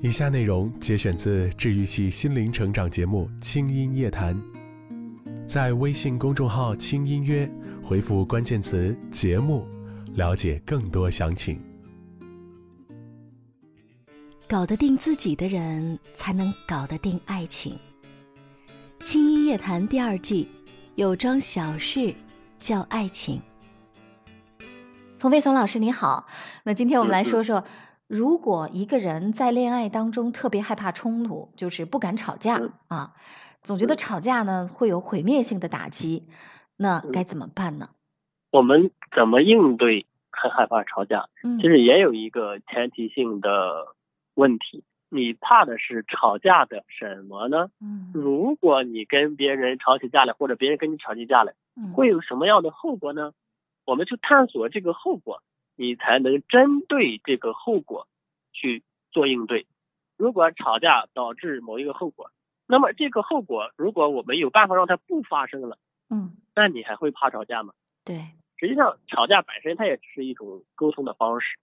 以下内容节选自治愈系心灵成长节目《轻音夜谈》，在微信公众号“轻音约”回复关键词“节目”，了解更多详情。搞得定自己的人，才能搞得定爱情。《轻音夜谈》第二季有桩小事叫爱情。从飞松老师您好，那今天我们来说嗯说，如果一个人在恋爱当中特别害怕冲突，就是不敢吵架嗯啊，总觉得吵架呢会有毁灭性的打击，那嗯该怎么办呢？我们怎么应对很害怕吵架？嗯其实也有一个前提性的问题，你怕的是吵架的什么呢？嗯如果你跟别人吵起架来，或者别人跟你吵起架来，嗯会有什么样的后果呢？我们去探索这个后果，你才能针对这个后果去做应对。如果吵架导致某一个后果，那么这个后果如果我们有办法让它不发生了，嗯那你还会怕吵架吗？对实际上，吵架本身它也只是一种沟通的方式，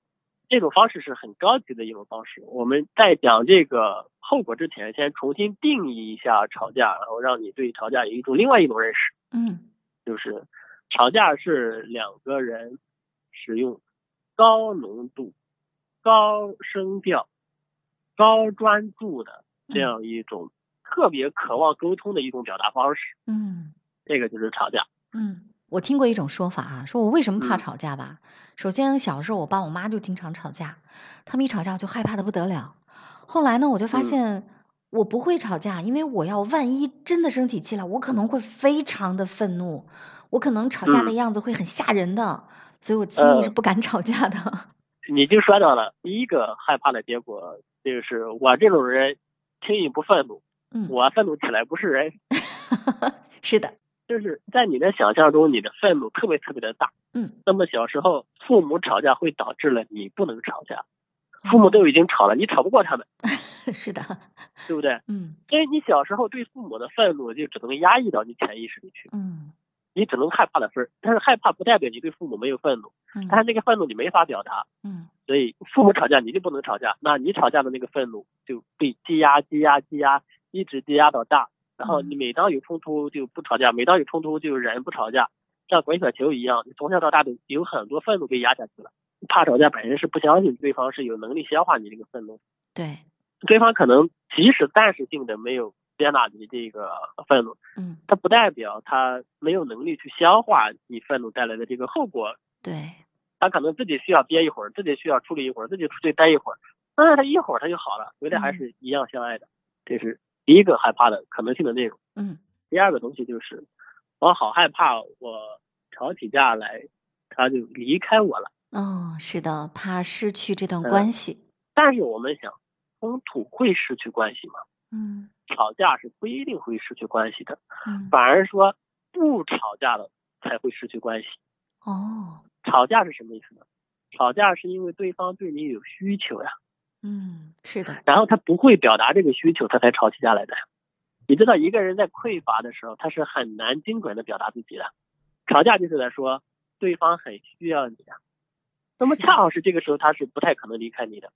这种方式是很高级的一种方式。我们在讲这个后果之前，先重新定义一下吵架，然后让你对吵架有一种另外一种认识，嗯就是吵架是两个人使用高浓度、高声调、高专注的嗯这样一种特别渴望沟通的一种表达方式，嗯。这个就是吵架。嗯，我听过一种说法啊，说我为什么怕嗯吵架吧？首先，小时候我爸我妈就经常吵架，他们一吵架我就害怕的不得了。后来呢，我就发嗯现我不会吵架，因为我要万一真的生起气来，我可能会非常的愤怒，我可能吵架的嗯样子会很吓人的，所以我轻易是呃不敢吵架的。 你就说到了第一个害怕的结果，就是我这种人轻易不愤怒，嗯，我愤怒起来不是人，是的，就是在你的想象中，你的愤怒特别特别的大。嗯，那么小时候父母吵架会导致了你不能吵架，父母对，都已经吵了，你吵不过他们， 是的，对不对？嗯所以你小时候对父母的愤怒就只能压抑到你潜意识里去，嗯你只能害怕的分儿。但是害怕不代表你对父母没有愤怒，嗯但是那个愤怒你没法表达，嗯所以父母吵架你就不能吵架，那你吵架的那个愤怒就被积压、积压、积压，一直积压到大。然后你每当有冲突就不吵架，每当有冲突就忍不吵架，像滚雪球一样，你从小到大都有很多愤怒被压下去了。怕吵架本身是不相信对方是有能力消化你这个愤怒，对，对方可能即使暂时性的没有接纳你这个愤怒，嗯它不代表他没有能力去消化你愤怒带来的这个后果对，他可能自己需要憋一会儿，自己需要处理一会儿，自己出去待一会儿，但是他一会儿他就好了，回来还是一样相爱的。这是第一个害怕的可能性的内容。嗯第二个东西就是，我好害怕我吵起架来，他就离开我了。哦，是的，怕失去这段嗯关系。但是我们想，冲突会失去关系吗？嗯吵架是不一定会失去关系的，嗯反而说不吵架了才会失去关系。呃哦，吵架是什么意思呢？吵架是因为对方对你有需求呀。嗯，是的，然后他不会表达这个需求，他才吵起架来的。你知道，一个人在匮乏的时候，他是很难精准的表达自己的。吵架就是在说对方很需要你啊，那么是恰好是这个时候，他是不太可能离开你的。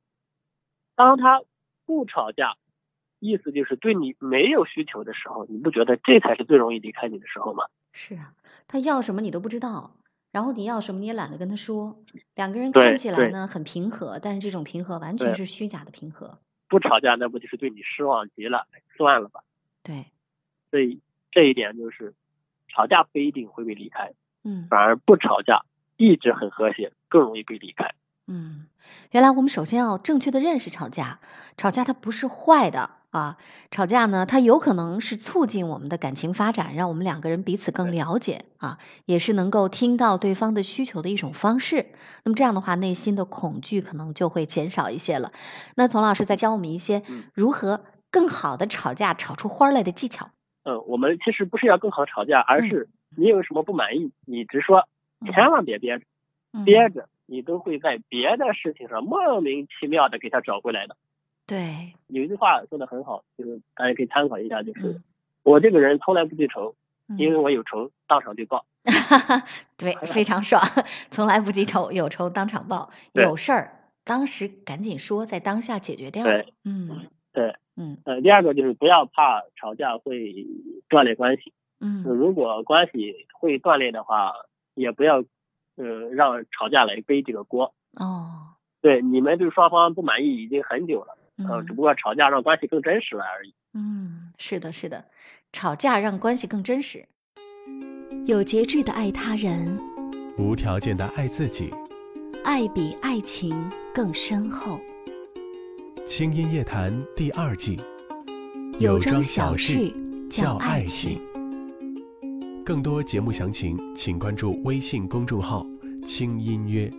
当他不吵架，意思就是对你没有需求的时候，你不觉得这才是最容易离开你的时候吗？是啊，他要什么你都不知道，然后你要什么你也懒得跟他说，两个人对看起来对呢很平和，但是这种平和完全对是虚假的平和。不吵架，那不就是对你失望极了？哎算了吧。对，所以这一点就是，吵架不一定会被离开。嗯反而不吵架，一直很和谐，更容易被离开。嗯，原来我们首先要正确的认识吵架，吵架它不是坏的啊，吵架呢它有可能是促进我们的感情发展，让我们两个人彼此更对了解啊，也是能够听到对方的需求的一种方式。那么这样的话，内心的恐惧可能就会减少一些了。那丛老师再教我们一些嗯如何更好的吵架，吵出花儿来的技巧。嗯，我们其实不是要更好吵架，而嗯是你有什么不满意，你直说，千万别憋着，嗯憋着你都会在别的事情上莫名其妙的给他找回来的。对，有一句话说的很好，就是大家可以参考一下，就是嗯我这个人从来不记仇，嗯因为我有仇当场就报。 对，非常爽，从来不记仇，有仇当场报，对有事儿当时赶紧说，在当下解决掉。对，嗯，对，嗯呃，第二个就是不要怕吵架会断裂关系，嗯如果关系会断裂的话，也不要呃让吵架来背这个锅。哦，对，你们对双方不满意已经很久了，呃，只嗯不过吵架让关系更真实了而已。嗯，是的，是的，吵架让关系更真实。有节制的爱他人，无条件的爱自己。爱比爱情更深厚。 《清音夜谈》第二季，有桩小事叫叫爱爱情情。。更多节目详情，请关注微信公众号“轻音乐”。